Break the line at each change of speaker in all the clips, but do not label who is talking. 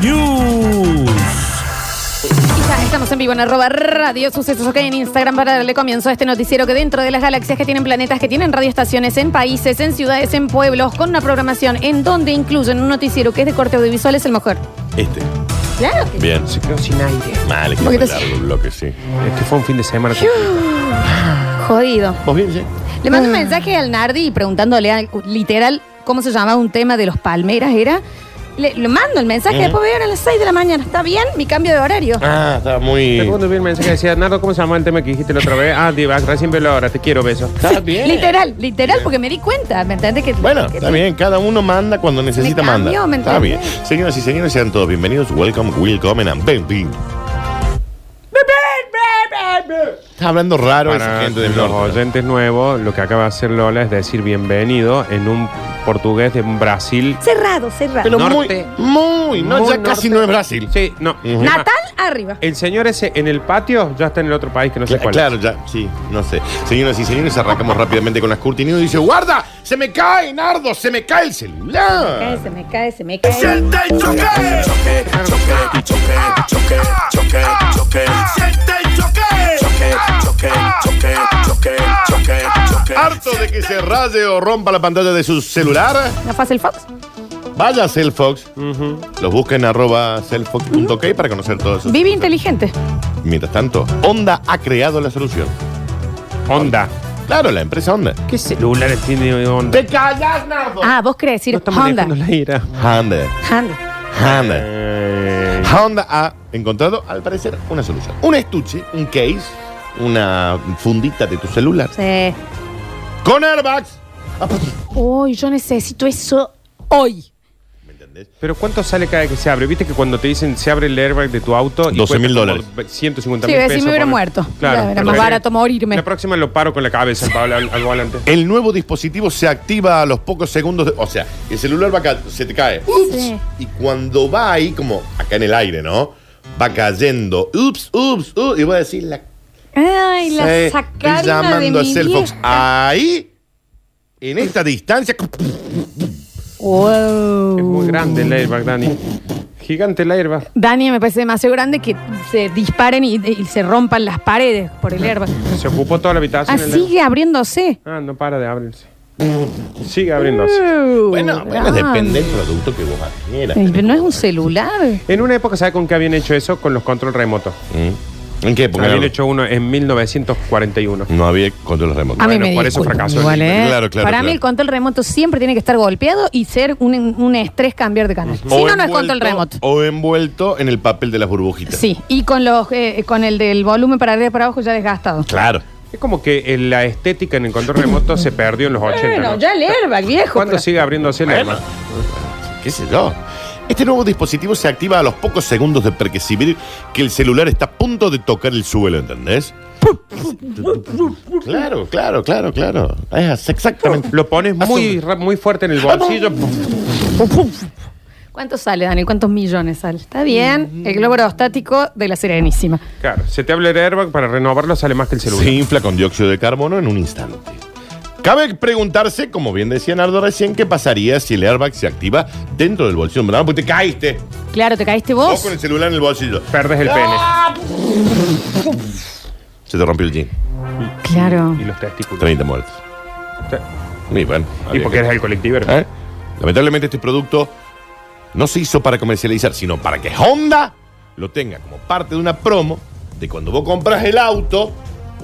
News.
Y ya estamos en vivo en arroba radio sucesos ok en Instagram para darle comienzo a este noticiero que dentro de las galaxias que tienen planetas, que tienen radioestaciones en países, en ciudades, en pueblos, con una programación en donde incluyen un noticiero que es de corte audiovisual es el mejor.
Este.
Claro que
Bien.
Se quedó sin aire.
Mal, es que
Poquito
me largo el bloque, sí.
Este fue un fin de semana. completo.
jodido.
¿Vos bien, sí?
Le mando un mensaje al Nardi preguntándole al- literal cómo se llamaba un tema de los palmeras, era. Le, le mando el mensaje, después voy a ir a las 6 de la mañana. ¿Está bien mi cambio de horario?
Mm. Ah, estaba muy.
Después cuando vi el mensaje decía, Nardo, ¿cómo se llama el tema que dijiste la otra vez? Ah, Divac, recién velo ahora, te quiero, beso.
Está bien.
Literal, literal, porque me di cuenta, ¿me entendés? Que,
Bueno,
que-
está bien, cada uno manda cuando necesita
Me
manda.
cambió, ¿me
Está bien.
entendés?
Señoras y señores, sean todos bienvenidos. Welcome, welcome and ben Está hablando raro esa
Para
gente del
los
norte.
oyentes nuevos, lo que acaba de hacer Lola es decir bienvenido en un portugués de un Brasil.
Cerrado, cerrado.
Pero
Norte.
muy, muy, no,
Muy
ya casi
norte.
no es Brasil.
Sí, no.
Ujú.
Es más,
Natal arriba.
El señor ese en el patio ya está en el otro país que no sé
Cla-
cuál.
claro, ya, sí, no sé. Señoras y señores, arrancamos rápidamente con las curtinidas y dice, guarda, se me cae, Nardo, se me cae el celular.
Cae, se me cae, se me cae.
Harto de que se raye o rompa la pantalla de su celular,
¿No fue el Fox?
vaya a Cellfox. Los busca en arroba cellfox.k para conocer todo eso.
Vive inteligente.
Mientras tanto, Honda ha creado la solución.
Onda.
Claro, la empresa Honda.
¿Qué celulares tiene Onda?
¡Te callas, Nardo!
Ah, vos querés decir
No está
Honda.
manejando la ira.
Honda.
Honda.
Honda.
Eh,
Honda ha encontrado, al parecer, una solución. Un estuche, un case, una fundita de tu celular.
Sí.
Con airbags.
Uy, yo necesito eso hoy.
¿Me entendés?
Pero ¿cuánto sale cada vez que se abre? Viste que cuando te dicen se abre el airbag de tu auto... y
12.000
cuesta como
dólares.
150
Sí,
mil
voy a
pesos.
decir, me hubiera
ponle.
muerto.
Claro.
Ya, era
pero
más
sí.
barato morirme.
La próxima lo paro con la cabeza Pablo, al, al volante.
El nuevo dispositivo se activa a los pocos segundos. de- o sea, el celular va ca- se te cae. Ups.
Sí.
Y cuando va ahí, como acá en el aire, ¿no? Va cayendo. Ups, ups, ups. Y voy a decir la.
Ay, la
se-
sacarina
estoy llamando
de
a
mi
Cellfox.
vieja.
Ahí, en esta distancia.
Wow.
Es muy grande el airbag, Dani. Gigante el airbag.
Dani, me parece demasiado grande que se disparen y, y se rompan las paredes por el herba.
Se ocupó toda la habitación.
Ah,
el
sigue abriéndose.
airbag. Ah, no para de abrirse. Sigue abriéndose.
Bueno, bueno,
Grande.
depende del producto que vos adquieras.
Ay, Pero no es un celular.
En una época, ¿sabe con qué habían hecho eso? Con los control remotos.
Mm. ¿En qué época?
Habían
no?
hecho uno en 1941.
No había control remoto.
A mí
Bueno,
me
por
dio
eso
cuenta
fracasó el
igual,
libro.
¿eh?
Claro, claro,
Para
claro.
mí el control remoto siempre tiene que estar golpeado y ser un, un estrés cambiar de canal. Si
O
no, no es
envuelto-
control remoto.
Oh.
O envuelto en el papel de las burbujitas.
Sí, y con los eh, con el del volumen para arriba y para abajo ya desgastado.
Claro.
Es como que eh, la estética en el control remoto se perdió en los 80.
Bueno,
¿no?
ya el airbag, viejo.
¿Cuándo
pero-
sigue abriéndose el airbag?
¿Qué sé yo? Este nuevo dispositivo se activa a los pocos segundos de percibir que el celular está a punto de tocar el suelo, ¿entendés? Claro, claro, claro, claro. Es exactamente.
Lo pones muy, ra- muy fuerte en el bolsillo.
¿Cuánto sale, Daniel? ¿Cuántos millones sale? Está bien,
Mm.
el globo aerostático de la Serenísima.
Claro, se te abre el airbag para renovarlo, sale más que el celular.
Se infla con dióxido de carbono en un instante. Cabe preguntarse, como bien decía Nardo recién, qué pasaría si el airbag se activa dentro del bolsillo. No, porque te caíste.
Claro, ¿te caíste
Vos
vos?
con el celular en el bolsillo.
Perdes el pene
Se te rompió el jean.
Claro.
y los testículos.
30 muertos. Y bueno.
Y
había
porque
que-
eres el colectivero.
¿Eh? Lamentablemente este producto no se hizo para comercializar, sino para que Honda lo tenga como parte de una promo de cuando vos compras el auto,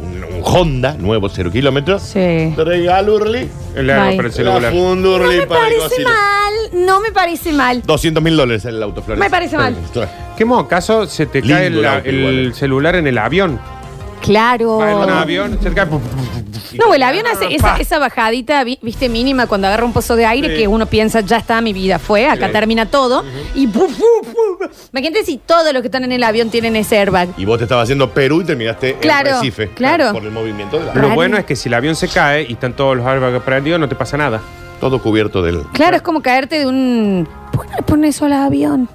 un, un Honda nuevo, 0 kilómetros,
Sí.
te regalo Urli,
El airbag
Bye.
para el
la
celular.
funda Urli
Me
para el
parece
cocino.
mal, no me parece mal.
200 mil dólares el auto, Florencia.
Me parece mal.
Claro.
¿Qué mocaso se te
Lindo
cae
el
la-
auto
el,
igual, eh.
celular en el avión?
Claro.
Va en un avión, se te cae.
No, el avión hace esa, esa bajadita, vi- viste, mínima cuando agarra un pozo de aire
Sí.
que uno piensa, ya está, mi vida fue, acá
Sí.
termina todo. Y buf, buf, buf. Imagínate si todos los que están en el avión tienen ese airbag.
Y vos te estabas haciendo Perú y terminaste
Claro,
en Recife. ah,
claro.
Por el movimiento del
Lo
avión.
Raro.
bueno es que si el avión se cae y están todos los airbags prendidos, no te pasa nada.
Todo cubierto del.
Claro, es como caerte de un... ¿Por qué no le pones eso al avión?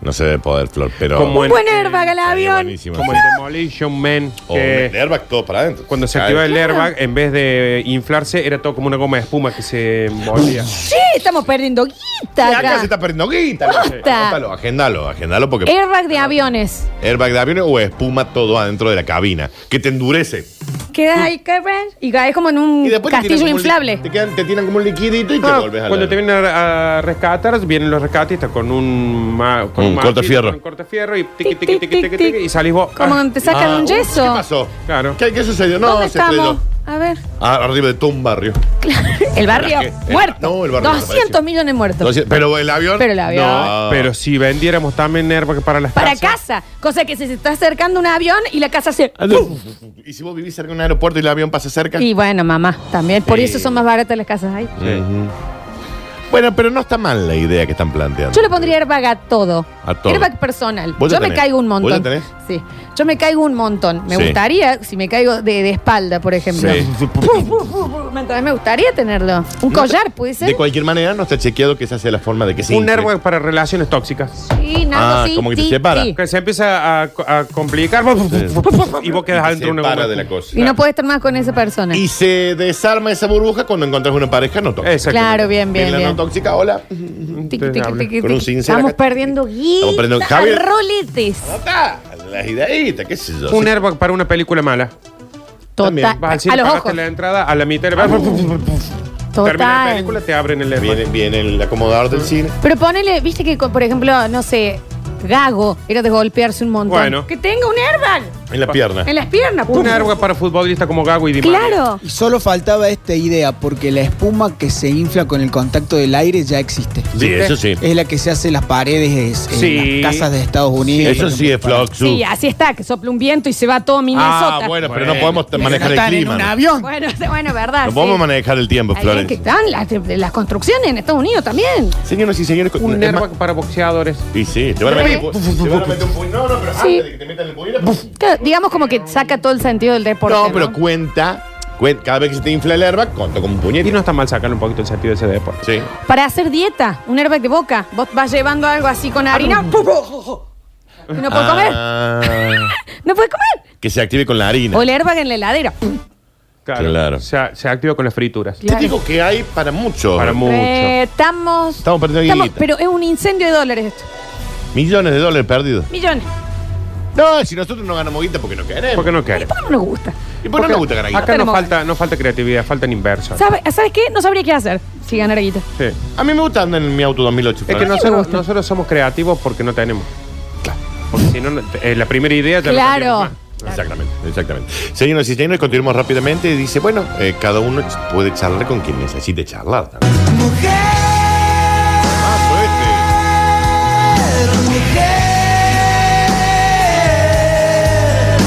No se debe poder, Flor, pero.
Como en-
Un buen airbag al
Estaría
avión.
buenísimo.
Como el Demolition Man,
O
que
un airbag todo para adentro.
cuando se
Cae.
activaba el airbag, en vez de inflarse, era todo como una goma de espuma que se envolvía.
Sí, estamos perdiendo
Y
guita
Acá
acá.
se está perdiendo guita.
Basta.
Anótalo, agendalo, agendalo porque.
Airbag de aviones.
airbag de avión o espuma todo adentro de la cabina. Que te endurece.
Quedas ahí, cabrón, y caes como en un
te tiran
castillo
como un li-
inflable.
Te, quedan- te tiran como un liquidito y te
No,
volvés a la-
Ah, cuando te vienen a, a rescatar, vienen los rescatistas con un, ma- con
Un cortafierro.
con un cortafierro y tiqui,
Tic,
tiqui,
tic,
tiqui,
tic,
tiqui,
tic.
y salís vos.
Como
Ah,
cuando te sacan
Ah,
un
uh,
yeso.
¿Qué pasó?
Claro.
¿Qué, qué sucedió? No,
¿Dónde
se estrelló.
estamos? A ver.
Ah, arriba de todo un barrio.
El barrio
¿Qué? El-
muerto.
eh, no, el barrio
200
desapareció.
millones muertos.
Entonces, pero el avión.
Pero el avión.
No,
pero si vendiéramos también airbag para las
Para
casas.
casa. Cosa que se se está acercando un avión y la casa se.
¿Y si vos vivís cerca de un aeropuerto y el avión pasa cerca?
Y bueno, mamá, también. Por
Sí.
eso son más baratas las casas ahí.
Ujú. Bueno, pero no está mal la idea que están planteando.
Yo le pondría airbag a todo.
A todo.
Airbag personal.
¿Vos ya
Yo me
tenés?
caigo un montón.
¿Vos ya tenés?
Sí. Yo me caigo un montón. Me
Sí.
gustaría, si me caigo de, de espalda, por ejemplo.
Sí.
Me- Me gustaría tenerlo. Un collar, puede ser.
De cualquier manera, no está chequeado que se hace la forma de que se
Un
infle.
airbag para relaciones tóxicas.
Sí, nada,
Ah,
sí,
como que te
sí,
separa.
sí.
Que se empieza a, a complicar y vos quedas
Y
adentro de
se
una
para
goma.
de la cosa.
Y no puedes estar más con esa persona.
Y se desarma esa burbuja cuando encontrás una pareja no tóxica.
Exacto.
Claro, bien, bien,
En la
bien.
no tóxica, hola.
Tiqui, tiqui,
Habla.
tiqui,
Con un
tiqui.
cincel
Estamos
acá.
perdiendo
Estamos perdiendo-
guita.
Javier.
Roletes.
Notá, Las ideitas, qué sé yo.
Un airbag para una película mala.
También.
Total.
Vas al
A
cine,
los
pagaste
ojos.
la entrada, a la mitad del termina la
Total.
película, te abren el airbag.
Viene, viene el acomodador del cine.
Pero ponele, viste que, por ejemplo, no sé, Gago era de golpearse un montón.
Bueno.
Que tenga un airbag
En la pierna.
en las piernas.
Un
pum.
airbag para futbolistas como Gago y Di María.
Claro.
Y solo faltaba esta idea, porque la espuma que se infla con el contacto del aire ya existe.
Sí, eso sí.
Es la que se hace en las paredes en
Sí.
las casas de Estados Unidos.
Eso sí es Floxu.
Sí, así está, que sopla un viento y se va todo Minnesota.
Ah, bueno, pero
Bueno.
no podemos
Pero
manejar
no
el
están en
clima.
un
¿no?
avión.
Bueno, bueno, verdad.
No
sí.
podemos manejar el tiempo,
Ahí es que
Florencia.
están las, las construcciones en Estados Unidos también.
Señoras y señores, con-
Un
es más-
airbag para boxeadores.
Y sí, te van a
Sí.
meter un pu- te van a meter un puño. No, no, pero
Sí.
antes de que te metan el puño.
Claro, digamos como que saca todo el sentido del deporte.
No, pero cuenta, cuen- Cada vez que se te infla el airbag, conta como un
Y
puñetito.
no está mal sacarle un poquito el sentido de ese deporte.
Sí.
Para hacer dieta, un airbag de boca. Vos vas llevando algo así con harina. ¡pum, pum, pum, pum! Y no puedes comer.
Ah,
No puedes comer.
que se active con la harina.
O el airbag en la heladera. ¡pum!
Claro.
Claro.
Se, se activa con las frituras.
Te digo que hay para mucho.
Para mucho.
Eh, estamos.
Estamos perdiendo guita.
Pero es un incendio de dólares esto.
Millones de dólares perdidos.
Millones.
No, si nosotros no ganamos guita porque no queremos.
¿Por qué no
¿Y
queremos?
por qué no nos gusta?
¿Y por qué no nos gusta ganar guita?
Acá no
Tenemos-
falta, no falta creatividad, faltan inversos.
¿Sabe- ¿Sabes qué? No sabría qué hacer si ganara guita.
Sí.
A mí me gusta andar en mi auto 2008.
Es que
Florencia.
me
nosotros,
gusta.
nosotros somos creativos porque no tenemos. Porque si no, no- eh, la primera idea ya no
Claro.
tenemos más.
Exactamente, exactamente. Señoras y señores, continuemos rápidamente. Dice, bueno, eh, cada uno ch- puede charlar con quien necesite charlar. también. Ah,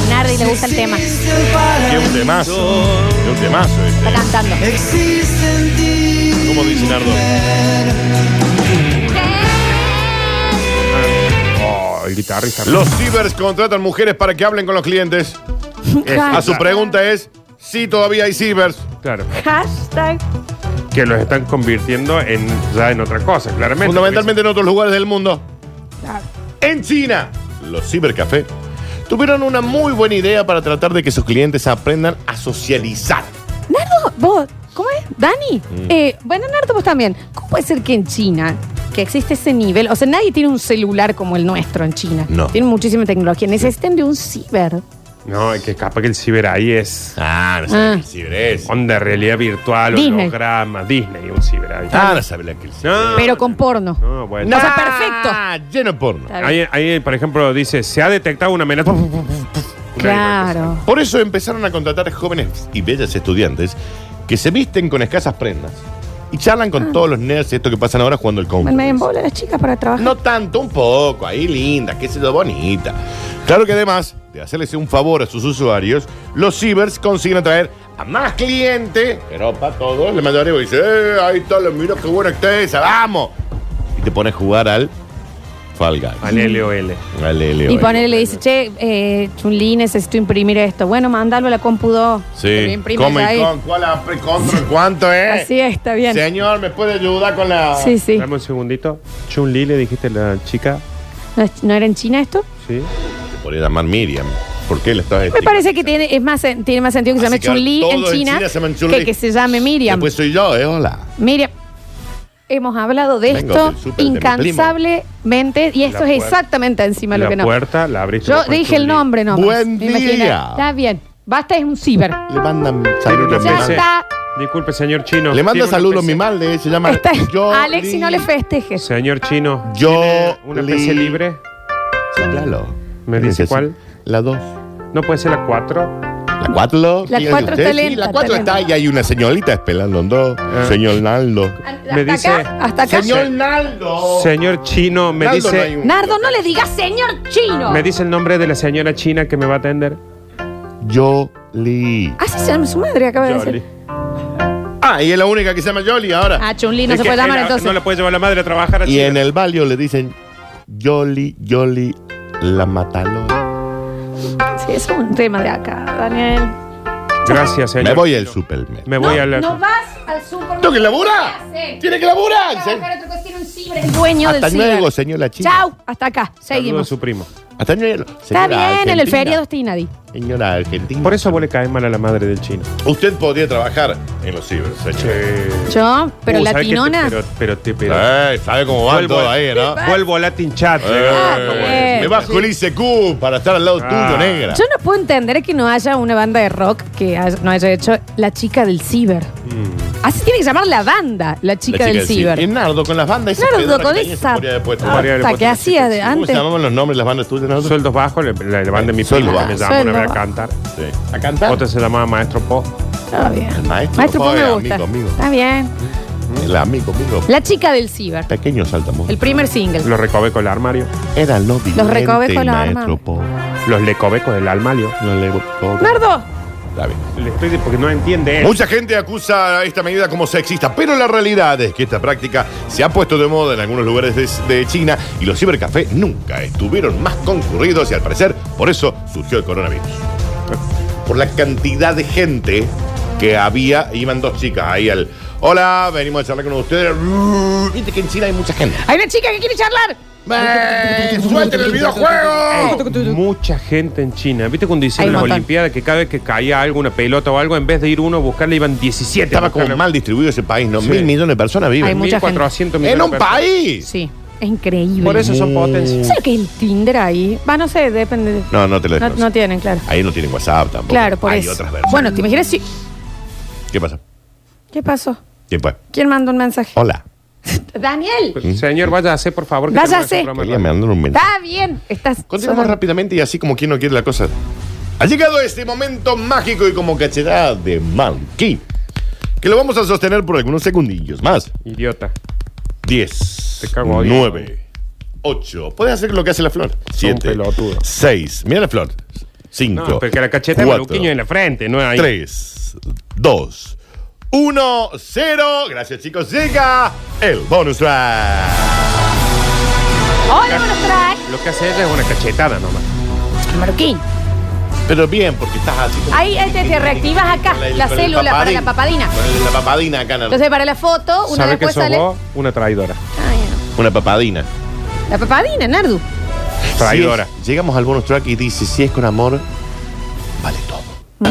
Nardi le gusta el tema. Está
pues este. Es un temazo. Es un temazo este.
cantando.
¿Cómo dice Nardo?
Oh, el guitarrista.
Los cibers contratan mujeres para que hablen con los clientes. A su pregunta es, si todavía hay cibers.
Claro.
Hashtag.
Que los están convirtiendo en ya en otra cosa, claramente.
Fundamentalmente en otros lugares del mundo. En China, los cibercafé tuvieron una muy buena idea para tratar de que sus clientes aprendan a socializar.
Nardo, vos, ¿cómo es? Dani.
Mm.
Eh, bueno, Nardo, vos también. ¿Cómo puede ser que en China, que existe ese nivel, o sea, nadie tiene un celular como el nuestro en China?
No.
Tienen muchísima tecnología. Necesitan de un ciber.
No, es que capaz que el ciber ahí es
Ah, no
Ah.
sabe el ciber es.
onda realidad virtual,
Disney.
holograma, Disney, un ciber ahí.
Ah, no sabe la que el ciber
No.
Pero con porno.
No, bueno.
O sea, perfecto.
Ah, lleno de porno.
Está bien.
Ahí, ahí, por ejemplo, dice, se ha detectado una amenaza.
Claro.
Por eso empezaron a contratar jóvenes y bellas estudiantes que se visten con escasas prendas y charlan
Ah.
con todos los nerds y esto que pasan ahora jugando el
Me- Me
counter.
embola las chicas para trabajar.
No tanto, un poco, ahí linda, qué sé yo, bonita. Claro que además de hacerles un favor a sus usuarios, los cibers consiguen atraer a más clientes, pero para todos, la mayoría dice, "Eh, ahí está, la- mira qué buena está esa, vamos. Y te pones a jugar al Fall Guys.
Al LOL.
Al LOL.
Y ponele, le dice, che, eh, Chunli, necesito imprimir esto. Bueno, mandalo a la compu 2. Que lo
Sí.
imprimes
Come
ahí. Eh.
con, ¿cuál apre, control, cuánto es?
Así es, está bien.
Señor, ¿me puede ayudar con la...?
Sí, sí.
Dame un segundito. Chun-Li le dijiste a la chica.
¿No, no era en China esto?
Sí.
Te podría llamar Miriam. ¿Por qué le estás
Me parece que tiene, es más, sen- tiene más sentido que se
Así
llame
que ahora
Chunli en
todos en
China,
China se llaman Chun-Li.
que que se llame Miriam.
Pues soy yo, ¿eh? Hola.
Miriam, hemos hablado de
Vengo
esto
del súper de mi primo.
incansablemente y esto
La
es
puer-
exactamente encima lo
la
que no.
puerta la abriste.
Yo
vos con
dije el
Chun-Li.
nombre nomás.
Buen
me imaginé.
día.
Está bien. Basta es un ciber.
Le mandan
Tiene
saludos
una
Ya
PC.
mi
está.
Disculpe, señor chino.
Le manda
Tiene una
saludos
PC.
mi mal, de se llama
Está,
Yo-
Este, Alex, si no le festejes.
Señor chino.
Yo-
¿tiene Una
Li-
PC libre.
Sí, claro.
Me dice
Necesito-
cuál.
La 2.
No puede ser la 4.
La 4.
La cuatro está lenta,
la 4
está
está
lenta.
y hay una señorita esperando en dos. Señor Naldo.
Hasta
Me dice-
acá, hasta acá.
Señor Naldo.
Señor chino, me
Naldo no hay
dice.
un-
Nardo, no le digas señor chino.
me dice el nombre de la señora china que me va a atender.
Yoli.
Así se llama Ah, su madre, acaba de decir.
Yoli.
Ah, y es la única que se llama Yoli ahora.
Ah, Chunli no
Es
se
que
puede llamar
él-
entonces.
No la puede llevar la madre a trabajar así.
Y en el barrio le dicen Yoli, Yoli, la matalo.
Sí, es un tema de acá, Daniel.
Gracias, señor.
Me voy al supermercado.
Me voy
no,
a la.
no vas al supermercado.
¿Tengo que laburar?
Sí.
¿Tiene que laburar?
Vas a buscar otra cosa, tiene un ciber, el dueño
Hasta
del ciber.
luego, señora China.
Chau, hasta acá.
Saludo a
Seguimos.
su primo.
Hasta luego.
Está
señora
bien, en el
Argentina.
feriado está Inadi.
Señora Argentina.
Por eso vos le caes mal a la madre del chino.
Usted podría trabajar en los Eh, cibers, señor.
Yo, pero
Uh, ¿sabes qué te-
latinona.
pero, pero te pero-
Eh, ¿Sabe cómo van
Vuelvo
todo
a-
ahí, no?
Vuelvo a Latin Chat.
Ah,
eh.
bien.
Eh, me bajo el ICQ para estar al lado
Ah.
tuyo, negra.
Yo no puedo entender que no haya una banda de rock que haya- no haya hecho La Chica del Ciber.
Mm.
Así tiene que llamar la banda, La Chica, del, Ciber.
Y Nardo con las bandas. esas
Nardo,
pedoras
con
que tenía,
esa
se podría haber puesto.
Ah,
Podría-
haber
hasta
puesto
que
La
hacía de
¿Cómo se
antes.
llamaban los nombres de las bandas tuyas, Nardo?
Sueldos bajos, le- la, la banda de mi
Sueldo
primo
bajo.
me llamó
Sueldo
una vez a
bajo.
cantar.
Sí. ¿A cantar?
Otro se llamaba Maestro Po.
Está bien.
El maestro,
Maestro, pues
joder,
me gusta.
amigo, amigo.
Está bien.
El amigo, amigo.
La Chica del Ciber.
Pequeño saltamos.
El primer single.
Los recovecos del armario.
Era el novio.
Los recovecos los
maestro
armaban.
Po.
Los lecovecos del armario.
No le Po-
Nardo,
Está bien.
Le estoy porque no entiende. él.
Mucha gente acusa a esta medida como sexista, pero la realidad es que esta práctica se ha puesto de moda en algunos lugares de, de China y los cibercafés nunca estuvieron más concurridos y al parecer por eso surgió el coronavirus. Por la cantidad de gente que había, iban dos chicas ahí al... Hola, venimos a charlar con ustedes. Viste que en China hay mucha gente.
hay una chica que quiere charlar.
¡Eh, ¡Suelten el videojuego!
Mucha gente en China. ¿Viste cuando hicieron
Hay un
las
montón.
Olimpiadas que cada vez que caía algo, una pelota o algo, en vez de ir uno a buscarle, iban 17?
Estaba
a buscarle.
como mal distribuido ese país, ¿no?
Sí.
Mil millones de personas
Hay
viven.
mucha gente.
1400
¡En
millones
un
de personas.
país!
Sí, es increíble.
Por eso son potencias.
¿Sabes que el Tinder ahí? Va, no sé, depende. de-
No, no te lo
No,
digo.
no tienen, claro.
Ahí no tienen WhatsApp tampoco.
Claro, por
Hay
eso.
otras versiones.
Bueno, ¿te imaginas si.
¿Qué pasa?
¿Qué pasó?
¿Qué pasa?
¿Quién mandó un mensaje?
Hola.
Daniel,
Señor, váyase, por favor. que
Váyase.
tenemos que
Quería
programar.
mandar un mensaje.
está bien. Estás.
Continuamos
solo-
rápidamente y así como quien no quiere la cosa. Ha llegado este momento mágico y como cachetada de Monkey. Que lo vamos a sostener por algunos segundillos más.
Idiota.
10.
Te cago ahí.
9. 8. Puedes hacer lo que hace la flor. 7.
pelotudo.
6. Mira la flor. 5.
No, porque la cacheta de Luquiño en la frente, no hay.
3, 2, 1, 0. Gracias, chicos. Llega el bonus track.
Hola, buenos tracks.
Lo que hace ella es una cachetada nomás.
Marroquín.
Pero bien, porque estás así. como-
Ahí eh, te, te reactivas acá
Con el-
la
con el
célula para la papadina.
Con la papadina acá, Nardo.
Entonces, para la foto, una
¿Sabe que
después
sos
sale.
vos? Una traidora.
Ay, no.
Una papadina.
La papadina, Nardu.
Traidora.
Si es- llegamos al bonus track y dice: si es con amor, vale todo.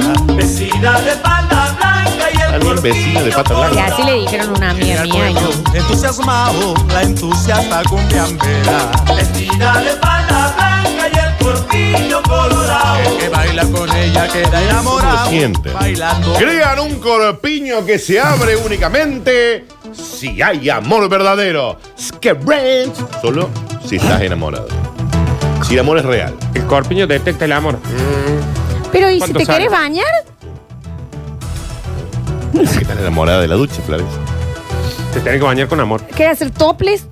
Mm. Vecina de pata blanca y el
También vecina de pata
Y
blanca.
así le dijeron a una amiga mía. y no.
Entusiasmado, la entusiasta cumbiambera. Vecina de pata blanca y el corpillo colorado. Que baila con ella, queda enamorado.
¿Cómo lo siente?
Bailando.
Crean un corpiño que se abre únicamente si hay amor verdadero. Sketch. Solo si estás enamorado. Si el amor es real.
El corpiño detecta el amor.
Pero, ¿y si
¿Cuánto
te
sale?
querés bañar?
que estás enamorada de la ducha, Flavio.
Te tiene que bañar con amor.
¿Querés hacer toples?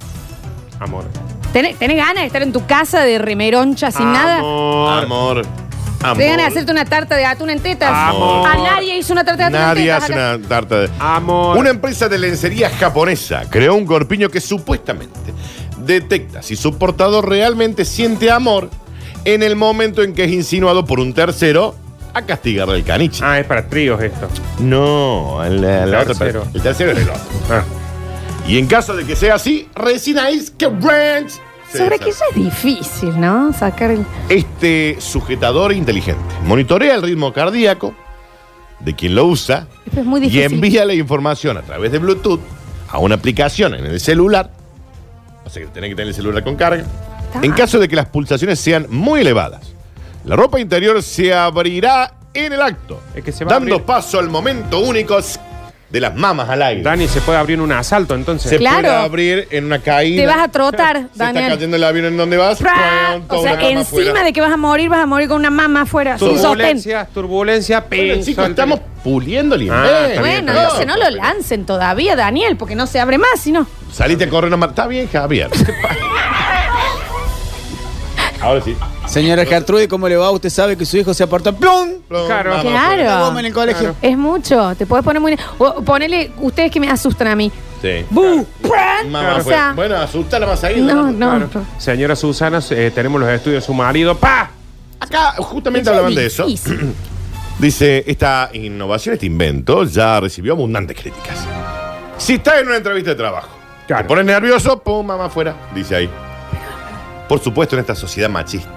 Amor.
¿Tenés, tenés ganas de estar en tu casa de remeroncha sin nada?
Amor. Amo.
Llegan a hacerte una tarta de atún en tetas.
Amor.
A nadie hizo una tarta de atún
Nadie
en tetas.
hace
acá.
una tarta de...
Amor.
Una empresa de lencería japonesa creó un corpiño que supuestamente detecta si su portador realmente siente amor en el momento en que es insinuado por un tercero a castigarle el caniche.
Ah, es para tríos esto.
No, el, el otro
tercero.
per- el tercero es el otro.
Ah.
Y en caso de que sea así, recién ahí es que Branch. se
Sobre
deshace.
que ya es difícil, ¿no? Sacar el.
Este sujetador inteligente monitorea el ritmo cardíaco de quien lo usa
Esto es muy
y
difícil.
envía la información a través de Bluetooth a una aplicación en el celular. O sea que tenés que tener el celular con carga.
Está.
En caso de que las pulsaciones sean muy elevadas, la ropa interior se abrirá en el acto,
Es que se va a
dando
abrir.
paso al momento único de las mamas al aire.
Dani se puede abrir un asalto entonces.
se
Claro.
puede abrir en una caída.
Te vas a trotar,
Se está
Daniel.
cayendo el avión en donde vas.
Fra-
¡pum! toda
O
una
sea,
mama
encima
afuera.
de que vas a morir, vas a morir con una mama afuera. Sin sostén.
Turbulencias, turbulencia,
Bueno,
pin,
chicos,
sol-
estamos puliendo el
Ah,
invento.
está bien,
Bueno,
está
entonces no lo lancen todavía, Daniel, porque no se abre más, sino.
Saliste a correr una mar- Está bien, Javier. ¿Qué pasa? Ahora sí.
Señora Gertrude, ¿cómo le va? Usted sabe que su hijo se apartó. ¡Plum!
Claro.
Vamos,
Ah, Claro.
Una bomba en el colegio.
Es mucho. Te puedes poner muy. o ponele, ustedes que me asustan a mí.
Sí.
¡Bu! ¡Pran!
Mamá
O
fue-
sea,
Bueno, asustala más ahí.
no, no.
Claro. Señora Susana, eh, tenemos los estudios de su marido. ¡Pa!
Acá
Es
justamente hablaban de eso.
difícil.
Dice, esta innovación, este invento, ya recibió abundantes críticas. Si estás en una entrevista de trabajo,
Claro.
te pones nervioso, pum, mamá afuera, dice ahí. Por supuesto, en esta sociedad machista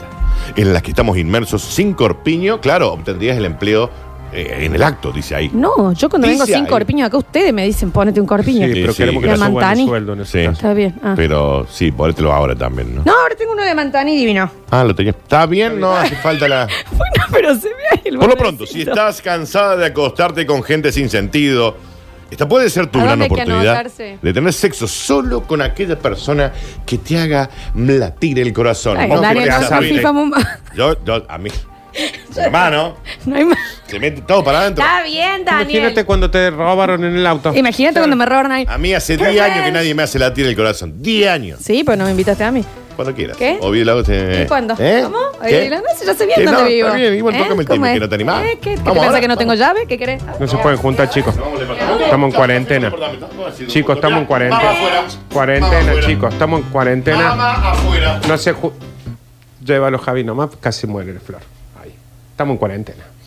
en la que estamos inmersos sin corpiño, claro, obtendrías el empleo eh, en el acto, dice ahí.
No, yo cuando vengo
Dice
sin
ahí.
corpiño acá, ustedes me dicen, ponete un corpiño.
Sí,
pero
sí.
queremos que
De
le suban
Mantani.
el sueldo en ese
Sí.
caso.
Está bien. ah.
Pero sí, ponételo ahora también, ¿no?
No, ahora tengo uno de Mantani divino.
Ah, lo tenía. Está bien, no hace falta la.
Bueno, pero se ve ahí el
Por lo
bordecito.
pronto, si estás cansada de acostarte con gente sin sentido, esta puede ser tu
¿A
gran
dónde hay que
oportunidad
anotarse?
de tener sexo solo con aquella persona que te haga latir el corazón.
Ay,
Vos que
Daniel,
te
no,
hagas
no,
abrir-
FIFA mu-
yo, yo, a mí, mi hermano,
no hay más.
se mete todo para adentro.
Está bien,
Imagínate
Daniel.
cuando te robaron en el auto.
Imagínate cuando me robaron ahí.
A mí hace
Qué
10 años
bien.
que nadie me hace latir el corazón. 10 años.
Sí, pues no me invitaste a mí.
Cuando quieras.
¿Qué?
O bien la hago, eh,
¿Y cuándo?
¿Eh?
¿Cómo?
¿Qué?
Ahí, No sé, yo sé bien
Que
dónde
no,
vivo. ¿Eh?
Está bien, igual tócame el
¿Cómo
timbre,
es?
que no te animás.
¿Eh? ¿Qué, qué te
Vamos,
pensás
ahora,
que no tengo
vamos.
llave? ¿Qué querés? Ah,
No se pueden juntar, chicos. Estamos en cuarentena. Chicos, estamos en cuarentena.
Mamá afuera. Mamá
Cuarentena,
afuera.
chicos. Estamos en cuarentena.
Mamá afuera.
No se ju- Llévalo, Javi, nomás casi muere el flor. Ahí. Estamos en cuarentena.